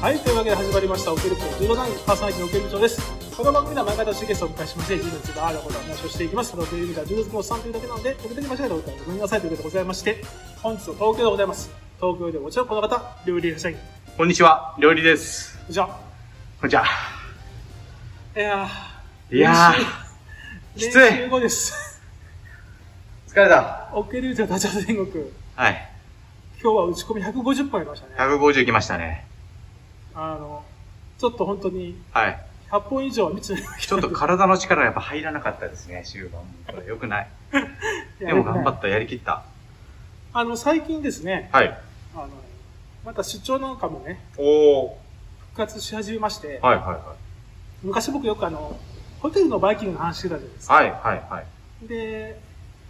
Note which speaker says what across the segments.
Speaker 1: はい、というわけで始まりました、オケル部長15段パーソナリティのオケル部長です。この番組では毎回私ゲストをお迎えしまして、自分についてあるほど話をしていきます。そのオケル部長は15分おっさんというだけなので、時々間違えたことはごめんなさいということでございまして、本日の東京でございます。東京でもちろんこの方、料理屋社員。
Speaker 2: こんにちは、料理です。
Speaker 1: じゃあ、
Speaker 2: こんにちは。
Speaker 1: いやー、
Speaker 2: いや
Speaker 1: 練
Speaker 2: き
Speaker 1: 習
Speaker 2: つい
Speaker 1: 練習後です。
Speaker 2: ー、疲れた。
Speaker 1: オケル部長ダジャレ天国。
Speaker 2: はい。
Speaker 1: 今日は打ち込み150本やりましたね。
Speaker 2: 150来ましたね。
Speaker 1: あの、ちょっと本当に、
Speaker 2: はい。
Speaker 1: 100本以上は未知の領域
Speaker 2: ちょっと体の力がやっぱ入らなかったですね、 終盤。これ良くない。
Speaker 1: や
Speaker 2: でも頑 張
Speaker 1: ね
Speaker 2: った、やりきった。
Speaker 1: あの、最近ですね、
Speaker 2: はい。
Speaker 1: あの、また出張なんかもね、
Speaker 2: おー。
Speaker 1: 復活し始めまして、
Speaker 2: はいは
Speaker 1: 昔僕よくあの、ホテルのバイキングの話してたじゃないです
Speaker 2: い
Speaker 1: か。
Speaker 2: はい。はいはいはい。
Speaker 1: で、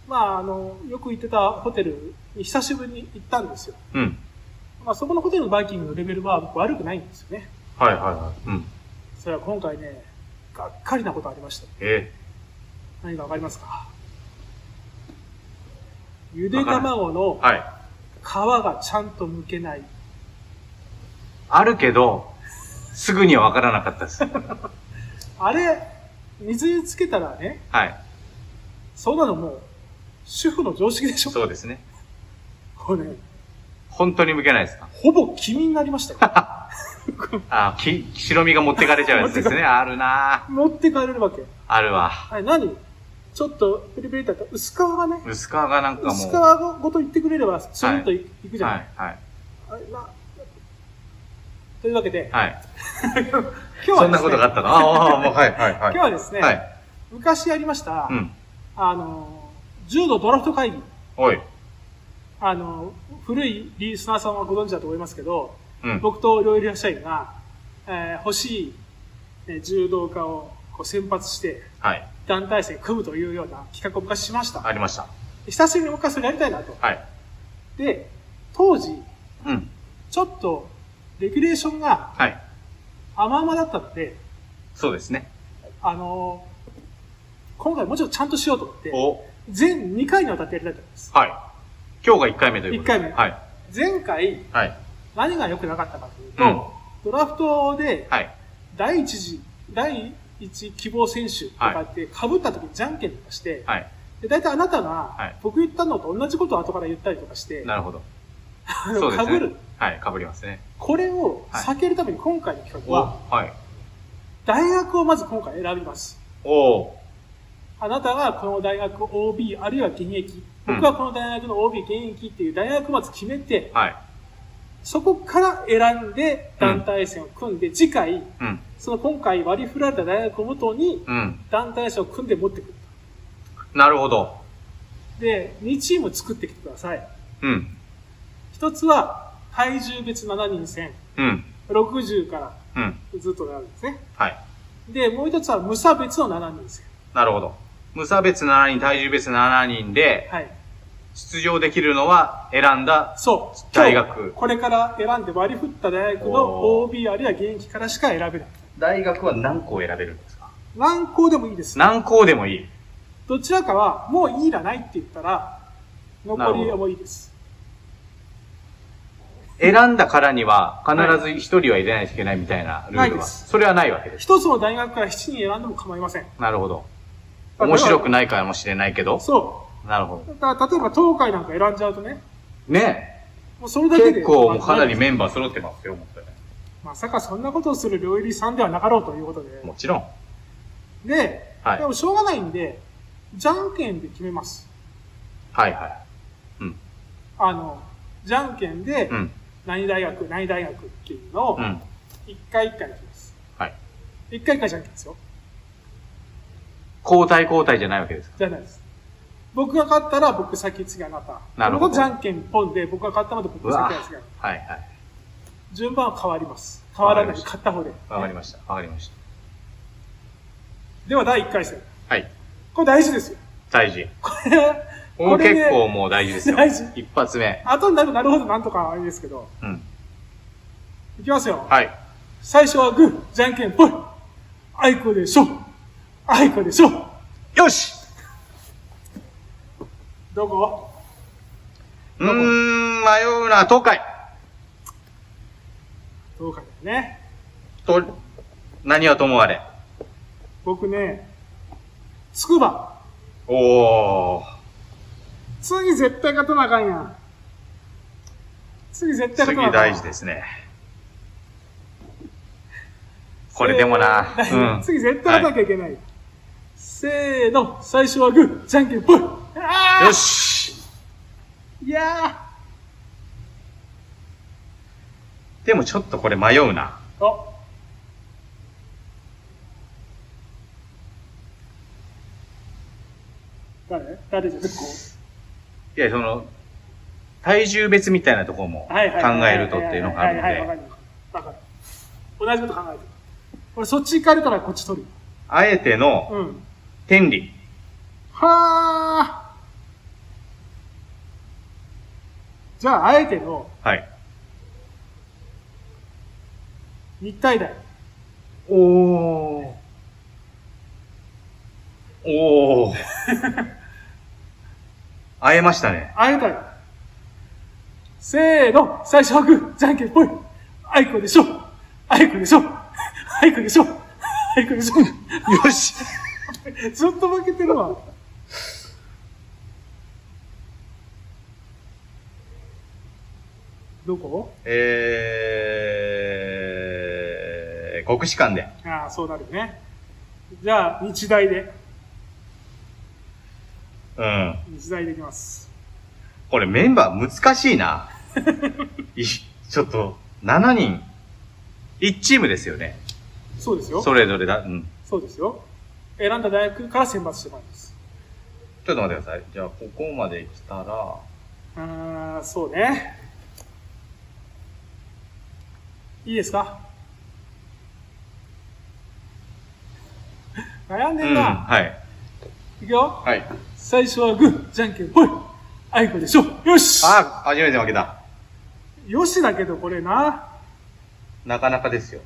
Speaker 1: まああの、よく行ってたホテルに久しぶりに行ったんですよ。
Speaker 2: うん。
Speaker 1: まあそこのホテルのバイキングのレベルは僕悪くないんですよね。
Speaker 2: はいはいはい。うん。
Speaker 1: それは今回ね、がっかりなことありました。
Speaker 2: え
Speaker 1: 何かわかりますかゆで卵の
Speaker 2: ー、はい。
Speaker 1: 皮がちゃんと剥けない。
Speaker 2: あるけど、すぐにはわからなかった です。
Speaker 1: あれ、水につけたらね、
Speaker 2: はい。
Speaker 1: そんなのもう、主婦の常識でしょ
Speaker 2: そうですね。
Speaker 1: これね、
Speaker 2: 本当に向けないですか
Speaker 1: ほぼ黄身になりました よ。
Speaker 2: あー、き、白身が持ってかれちゃうやつですね。あるなー。
Speaker 1: 持って帰れるわけ。
Speaker 2: あるわ。
Speaker 1: はい、何ちょっとプリプリだったら薄皮がね、
Speaker 2: 薄皮がなんかもう。
Speaker 1: 薄皮ごと言ってくれれば、スンとい,、くじゃな、
Speaker 2: はいいはい。
Speaker 1: あれなというわけで、
Speaker 2: はい。
Speaker 1: 今日はですね、
Speaker 2: そんなことがあったのああ、もう、はい、はい、は
Speaker 1: 今日はですね、
Speaker 2: はい。
Speaker 1: 昔やりました、
Speaker 2: うん。
Speaker 1: あの、柔道ドラフト会議。
Speaker 2: おい。
Speaker 1: あの、古いリスナーさんはご存知だと思いますけど、
Speaker 2: うん。
Speaker 1: 僕と両立社員が、えー欲しい、えー柔道家をこう選抜して、
Speaker 2: はい。
Speaker 1: 団体戦組むというような企画を昔しました。
Speaker 2: ありました。
Speaker 1: 久しぶりに僕はそれやりたいなと。
Speaker 2: はい。
Speaker 1: で、当時、
Speaker 2: うん。
Speaker 1: ちょっと、レギュレーションが
Speaker 2: はい。
Speaker 1: 甘々だったので、
Speaker 2: そうですね。
Speaker 1: あのー今回もうちょっとちゃんとしようと思って、
Speaker 2: お。
Speaker 1: 全2回にわたってやりたいと思います。
Speaker 2: はい。今日が1回目ということで。
Speaker 1: 一回目
Speaker 2: はい。
Speaker 1: 前回、
Speaker 2: はい。
Speaker 1: 何が良くなかったかというと、
Speaker 2: うん
Speaker 1: ドラフトで、
Speaker 2: はい。
Speaker 1: 第一次、第一希望選手とかって被った時にじゃんけんとかして、
Speaker 2: はい。
Speaker 1: で大体あなたが、
Speaker 2: はい
Speaker 1: 僕言ったのと同じことを後から言ったりとかして、
Speaker 2: なるほど。
Speaker 1: あ
Speaker 2: そ
Speaker 1: の
Speaker 2: うですね。
Speaker 1: 被る。。
Speaker 2: はい。被りますね。
Speaker 1: これを
Speaker 2: はい
Speaker 1: 避けるために今回の企
Speaker 2: お。
Speaker 1: 画は、
Speaker 2: はい。
Speaker 1: 大学をまず今回選びます。
Speaker 2: お
Speaker 1: あなたがこの大学 OB あるいは現役、
Speaker 2: うん
Speaker 1: 僕はこの大学の OB 現役っていう大学をまず決めて、
Speaker 2: はい。
Speaker 1: そこから選んで団体戦を組んで、次回、
Speaker 2: うん。
Speaker 1: その今回割り振られた大学をもとに
Speaker 2: うん。
Speaker 1: 団体戦を組んで持ってくる。
Speaker 2: なるほど。
Speaker 1: で、2チーム作ってきてください。
Speaker 2: うん。
Speaker 1: 一つは体重別7人戦、
Speaker 2: うん。
Speaker 1: 60から
Speaker 2: うん。
Speaker 1: ずっとなるんですね。
Speaker 2: はい。
Speaker 1: で、もう一つは無差別の7人戦。
Speaker 2: なるほど。無差別7人、体重別7人で、
Speaker 1: はい。
Speaker 2: 出場できるのは選んだ
Speaker 1: そう。
Speaker 2: 大学
Speaker 1: 今日これから選んで割り振った大学の
Speaker 2: おー
Speaker 1: OB あるいは現役からしか選べない。
Speaker 2: 大学は何校選べるんですか
Speaker 1: 何校でもいいです。
Speaker 2: 何校でもいい。
Speaker 1: どちらかは、もういいらないって言ったら、残りはもういいです。
Speaker 2: 選んだからには必ず一人は入れないといけないみたいなル
Speaker 1: な
Speaker 2: ー
Speaker 1: い
Speaker 2: ル
Speaker 1: で
Speaker 2: は。
Speaker 1: す
Speaker 2: それはないわけです。
Speaker 1: 一つの大学から7人選んでも構いません。
Speaker 2: なるほど。面白くないかもしれないけど。
Speaker 1: そ
Speaker 2: なるほ
Speaker 1: う。だから、例えば東海なんか選んじゃうとね、
Speaker 2: ど。ね
Speaker 1: もうそれだけで。
Speaker 2: 結構もうかなりメンバー揃ってますよ、思ったよね
Speaker 1: まさかそんなことをする料理さんではなかろうということで。
Speaker 2: もちろん。
Speaker 1: で、
Speaker 2: はい
Speaker 1: でもしょうがないんで、じゃんけんで決めます。
Speaker 2: はいはい。うん。
Speaker 1: あの、じゃんけんで
Speaker 2: う、ん。
Speaker 1: 何大学、何大学っていうのを
Speaker 2: う、ん。
Speaker 1: 一回一回で決めます。
Speaker 2: はい。
Speaker 1: 一回一回じゃんけんですよ。
Speaker 2: 交代交代じゃないわけですか。
Speaker 1: じゃないです。僕が勝ったら僕先、次あなた。
Speaker 2: なるほど
Speaker 1: 僕がじゃんけんポンで、僕が勝ったので僕
Speaker 2: うわ
Speaker 1: が
Speaker 2: ぁ
Speaker 1: 先、次あなた。
Speaker 2: はいはい。
Speaker 1: 順番は変わります。変わらない。
Speaker 2: わかりました
Speaker 1: 勝った方で。
Speaker 2: わかりました。わかりまし
Speaker 1: では第一回戦。
Speaker 2: た。はい。
Speaker 1: これ大事ですよ。
Speaker 2: 大事。
Speaker 1: これ、
Speaker 2: も
Speaker 1: こ
Speaker 2: う
Speaker 1: れ
Speaker 2: 結
Speaker 1: ね
Speaker 2: 構もう大事ですよ。
Speaker 1: 大事
Speaker 2: 一発目。
Speaker 1: 後になるなるほどなんとかあれですけど。
Speaker 2: うん。
Speaker 1: いきますよ。
Speaker 2: はい。
Speaker 1: 最初はグー、じゃんけんぽい。あいこでしょ。あいこでしょ。
Speaker 2: よし
Speaker 1: どこ
Speaker 2: うーん、迷うな、東海。
Speaker 1: どうかだよね。
Speaker 2: と、何はともあれ。
Speaker 1: 僕ね、つくば。
Speaker 2: おー。
Speaker 1: 次絶対勝たなあかんやん。次絶対勝
Speaker 2: 次
Speaker 1: たなあかん。
Speaker 2: 大事ですね。これでもな。
Speaker 1: えー
Speaker 2: うん。
Speaker 1: 次絶対勝たなきゃいけない。せーの、最初はグー、じゃんけんぽい。あー
Speaker 2: よし
Speaker 1: いや
Speaker 2: でもちょっとこれ迷うな。
Speaker 1: ーお、誰誰じゃん、こ
Speaker 2: いや、その、体重別みたいなところも
Speaker 1: う。
Speaker 2: 考
Speaker 1: はいはいはい
Speaker 2: えるとっていうのがあるの
Speaker 1: はいはいはいは
Speaker 2: で、
Speaker 1: いわかるわかる同じこと考えてる。俺そっち行かれたらこっち取る。
Speaker 2: あえての
Speaker 1: うん。
Speaker 2: 天理。
Speaker 1: はあ。じゃあ、あえての
Speaker 2: はい。
Speaker 1: 日体大。
Speaker 2: おー。おー。会えましたね。
Speaker 1: あえたよ。せーの、最初はグー、じゃんけんぽい。あいこでしょ。あいこでしょ。あいこでしょ。あいこでしょ。
Speaker 2: よし
Speaker 1: ずっと負けてるわ。どこ
Speaker 2: えー、国士館で。
Speaker 1: ああ、そうなるよね。じゃあ、日大で。
Speaker 2: うん。
Speaker 1: 日大でいきます。
Speaker 2: これメンバー難しい な。いちょっと、7人。1チームですよね。
Speaker 1: そうですよ。
Speaker 2: それぞれだ。うん。
Speaker 1: そうですよ。選んだ大学から選抜してもらいます。
Speaker 2: ちょっと待ってください。じゃあ、ここまで来たら、
Speaker 1: あー、そうね。いいですか悩んで
Speaker 2: うんん。
Speaker 1: な。
Speaker 2: はい。
Speaker 1: いくよ。
Speaker 2: はい。
Speaker 1: 最初はグー、じゃんけんぽい。あいこでしょ。よし
Speaker 2: あ、初めて負けた。
Speaker 1: よしだけどこれな。
Speaker 2: なかなかですよ。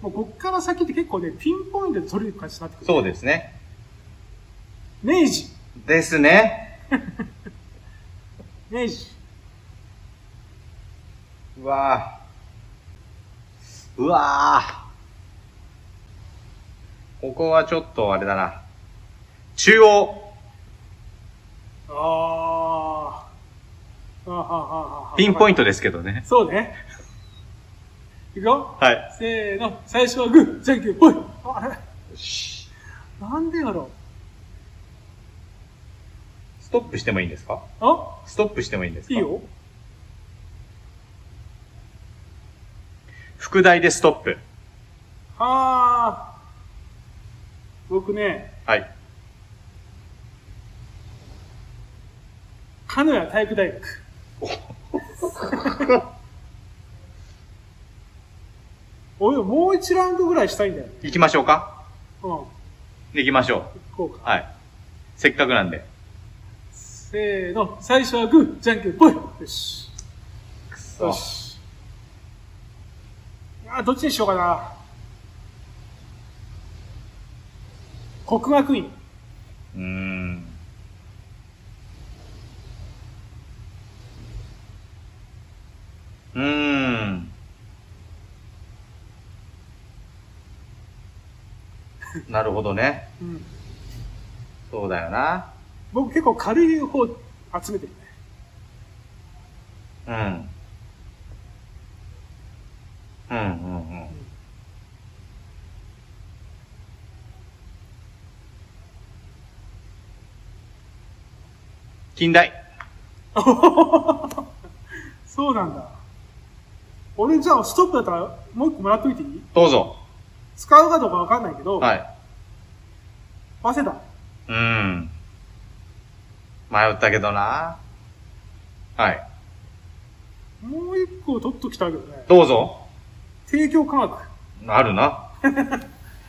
Speaker 1: もうこっから先って結構ね、ピンポイントで取れる感じになってくる。
Speaker 2: そうですね。
Speaker 1: 明治。
Speaker 2: ですね。
Speaker 1: 明治。
Speaker 2: うわぁ。うわぁ。ここはちょっとあれだな。中央、
Speaker 1: あー。あーはーはーはー
Speaker 2: ピンポイン
Speaker 1: ト。
Speaker 2: トですけどね。
Speaker 1: そうね。いくよ。
Speaker 2: はい。
Speaker 1: せーの、最初はグー、じゃんけんぽい。あれ
Speaker 2: よし
Speaker 1: なんでやろ
Speaker 2: ストップしてもいいんですか
Speaker 1: あ
Speaker 2: ストップしてもいいんですか
Speaker 1: いい。よ。
Speaker 2: 副題でストップ。
Speaker 1: はあ。僕ね、
Speaker 2: はい。
Speaker 1: 鹿屋体育大学。おい、もう一ラウンドぐらいしたいんだよ。
Speaker 2: 行きましょうか
Speaker 1: うん。行
Speaker 2: 行きましょ
Speaker 1: こう
Speaker 2: う。
Speaker 1: か。
Speaker 2: はい。せっかくなんで。
Speaker 1: せーの、最初はグー、じゃんけんぽい。よし。
Speaker 2: く
Speaker 1: よ
Speaker 2: そ
Speaker 1: し。あー、どっちにしようかな。国学院。
Speaker 2: うーん。うーん。なるほどね。
Speaker 1: うん。
Speaker 2: そうだよな。
Speaker 1: 僕結構軽い方集めてるね。
Speaker 2: うん。うん、うん、うん。近代。
Speaker 1: そうなんだ。俺じゃあストップだったらもう一個もらっといていい
Speaker 2: どうぞ。
Speaker 1: 使うかどうかわかんないけど、
Speaker 2: はい。
Speaker 1: 早稲田。
Speaker 2: うん。迷ったけどな。はい。
Speaker 1: もう一個取っときたいけどね。
Speaker 2: どうぞ。
Speaker 1: 帝京科学。
Speaker 2: ある な。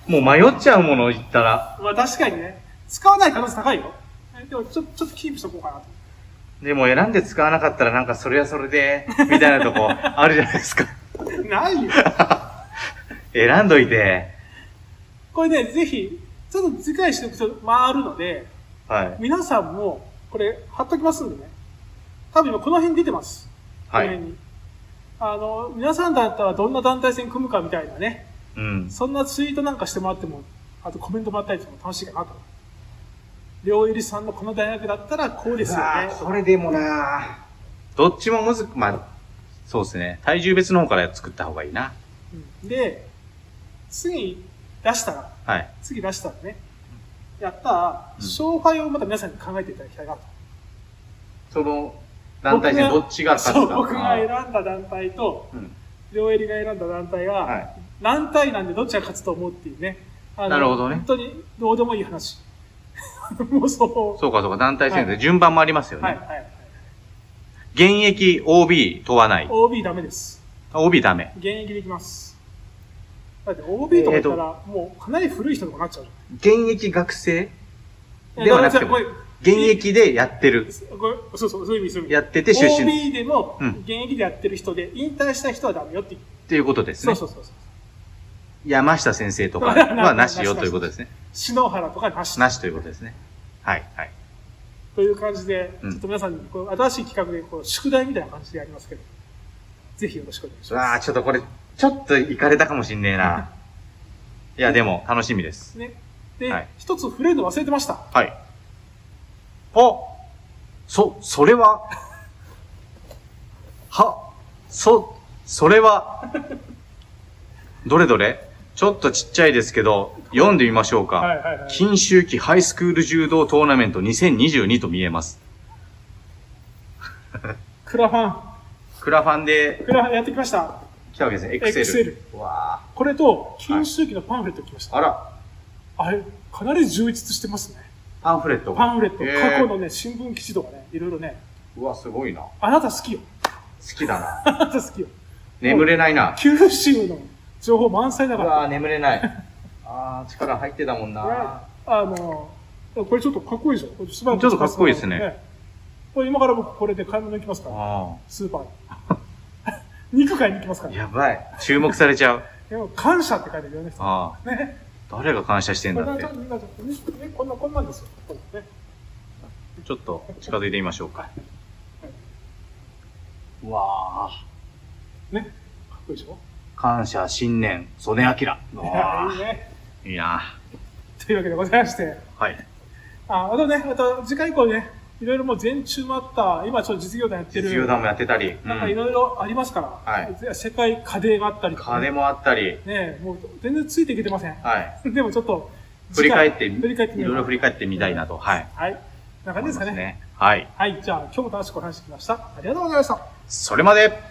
Speaker 2: もう迷っちゃうもの言ったら。
Speaker 1: まあ確かにね、使わない可能性高いよ。えでもちょちょっとキープしとこうかなと。
Speaker 2: でも選んで使わなかったらなんかそれはそれで、みたいな とこあるじゃないですか。
Speaker 1: ないよ。
Speaker 2: 選んどいて。
Speaker 1: これね、ぜひ、ちょっと次回しておくと回るので、
Speaker 2: はい。
Speaker 1: 皆さんも、これ貼っときますんでね。多分今この辺出てます。
Speaker 2: は
Speaker 1: この
Speaker 2: い。
Speaker 1: 辺に。あの、皆さんだったらどんな団体戦組むかみたいなね、
Speaker 2: うん。
Speaker 1: そんなツイートなんかしてもらっても、あとコメントもらったりとかも楽しいかなと。両入りさんのこの大学だったらこうですよ
Speaker 3: あ
Speaker 1: ね
Speaker 3: あ、。これでもな
Speaker 2: どっちもむず、まあ、そうですね。体重別の方から作った方がいいな。
Speaker 1: うんで、次出したら、
Speaker 2: はい。
Speaker 1: 次出したらね、やったら、
Speaker 2: うん
Speaker 1: 勝敗をまた皆さんに考えていただきたいなと。
Speaker 2: その、団体戦どっちが勝
Speaker 1: そ
Speaker 2: つ
Speaker 1: う、
Speaker 2: か。
Speaker 1: 僕が選んだ団体と、
Speaker 2: うん。
Speaker 1: 両襟が選んだ団体が、
Speaker 2: はい。
Speaker 1: 何対なんでどっちが勝つと思うっていうね。あの
Speaker 2: なるほどね
Speaker 1: 本当にどうでもいい話。 もうそう。
Speaker 2: そうかそうか、団体戦で順番もありますよね。
Speaker 1: はいはいはい。
Speaker 2: 現役 OB 問わない。
Speaker 1: OB ダメです。
Speaker 2: OB ダメ。
Speaker 1: 現役でいきます。だって OB とか言ったら、もうかなり古い人とかなっちゃうじ
Speaker 2: 現役学生
Speaker 1: ゃん。
Speaker 2: ではなくても
Speaker 1: いやだから
Speaker 2: 現役でやってる。
Speaker 1: これ、そうそう、そういう意味、そういう意味。
Speaker 2: やってて出身っ
Speaker 1: OB でも
Speaker 2: うん、
Speaker 1: 現役でやってる人で、引退した人はダメよって言う。
Speaker 2: ていうことです
Speaker 1: そ
Speaker 2: ね。
Speaker 1: うそうそうそう。
Speaker 2: 山下先生とかはなし
Speaker 1: な
Speaker 2: よ
Speaker 1: しなし
Speaker 2: ということですね。
Speaker 1: 篠原とかなし。
Speaker 2: なしということですね。はい、はい。
Speaker 1: という感じで、ち
Speaker 2: う
Speaker 1: ょ
Speaker 2: ん
Speaker 1: っと皆さんに、こう、新しい企画で、こう、宿題みたいな感じでやりますけど、ぜひよろしくお願いし
Speaker 2: う
Speaker 1: ます。
Speaker 2: わあちょっとこれ、ちょっといかれたかもしんね えな。いや、でも、楽しみです。
Speaker 1: ね。で、
Speaker 2: はい
Speaker 1: 一つ触れるの忘れてました。
Speaker 2: はい。あそ、それは、は、そ、それは、どれどれちょっとちっちゃいですけど、読んでみましょうか。
Speaker 1: はいはいはい
Speaker 2: 金秋期ハイスクール柔道トーナメント2022と見えます。
Speaker 1: クラファン、
Speaker 2: クラファンで
Speaker 1: クラファンやってきました。
Speaker 2: 来たわけですね。エクセル。
Speaker 1: Excel
Speaker 2: わあ
Speaker 1: これと、金周期のパンフレット来ました。
Speaker 2: あら、
Speaker 1: あれ、かなり充実してますね。
Speaker 2: パンフレットが。
Speaker 1: パンフレット、
Speaker 2: えー
Speaker 1: 過去のね、新聞記事とかね、いろいろね、
Speaker 2: うわ、すごいな。好
Speaker 1: あなた好きよ。
Speaker 2: きだな。
Speaker 1: あなた好きよ。
Speaker 2: 眠れない な。
Speaker 1: 九州の情報満載だ
Speaker 2: う
Speaker 1: から。
Speaker 2: わあ眠れない。ああ力入ってたもん
Speaker 1: これ
Speaker 2: な。
Speaker 1: あの、これちょっとかっこいいじゃん。これち
Speaker 2: ちょっとかっこいいですね。
Speaker 1: これ今から僕これで買い物行きますから、
Speaker 2: あ
Speaker 1: スーパーに。 肉買いに行きますか
Speaker 2: あ
Speaker 1: ら。
Speaker 2: やばい。注目されちゃう。
Speaker 1: でも感謝って書いてるよね。
Speaker 2: ああ
Speaker 1: ね。
Speaker 2: 誰が感謝してん
Speaker 1: こ
Speaker 2: だ
Speaker 1: れ
Speaker 2: っ
Speaker 1: がち
Speaker 2: て
Speaker 1: ょっ。とみんなちょっとねねこんな、こんなんですよ。これね。
Speaker 2: ちょっと近づいてみましょうか。うわあ
Speaker 1: ね。かっこいいでしょ
Speaker 2: 感謝、新年、曽根明。う
Speaker 1: いや
Speaker 2: わ
Speaker 1: いいね。
Speaker 2: あいいな。
Speaker 1: というわけでございまして。
Speaker 2: はい。
Speaker 1: あ、あとね、また次回以降ね、いろいろもう全中もあった、今ちょっと実業団やってる。
Speaker 2: 実業団もやってたり。
Speaker 1: なんかいろいろありますから。
Speaker 2: はい
Speaker 1: いや世界課題があったりとかね、
Speaker 2: 金もあったり、
Speaker 1: ねもう全然ついていけてません。
Speaker 2: はい。
Speaker 1: でもちょっと、
Speaker 2: 振
Speaker 1: 次
Speaker 2: り
Speaker 1: 回
Speaker 2: 返って、
Speaker 1: 振り返ってみ
Speaker 2: い
Speaker 1: よう
Speaker 2: ろいろ振り返ってみたいなと、はい。
Speaker 1: はい。こんな感じですかね。
Speaker 2: 思いますね。はい。
Speaker 1: はい。じゃあ、今日も楽しくお話してきました。ありがとうございました。
Speaker 2: それまで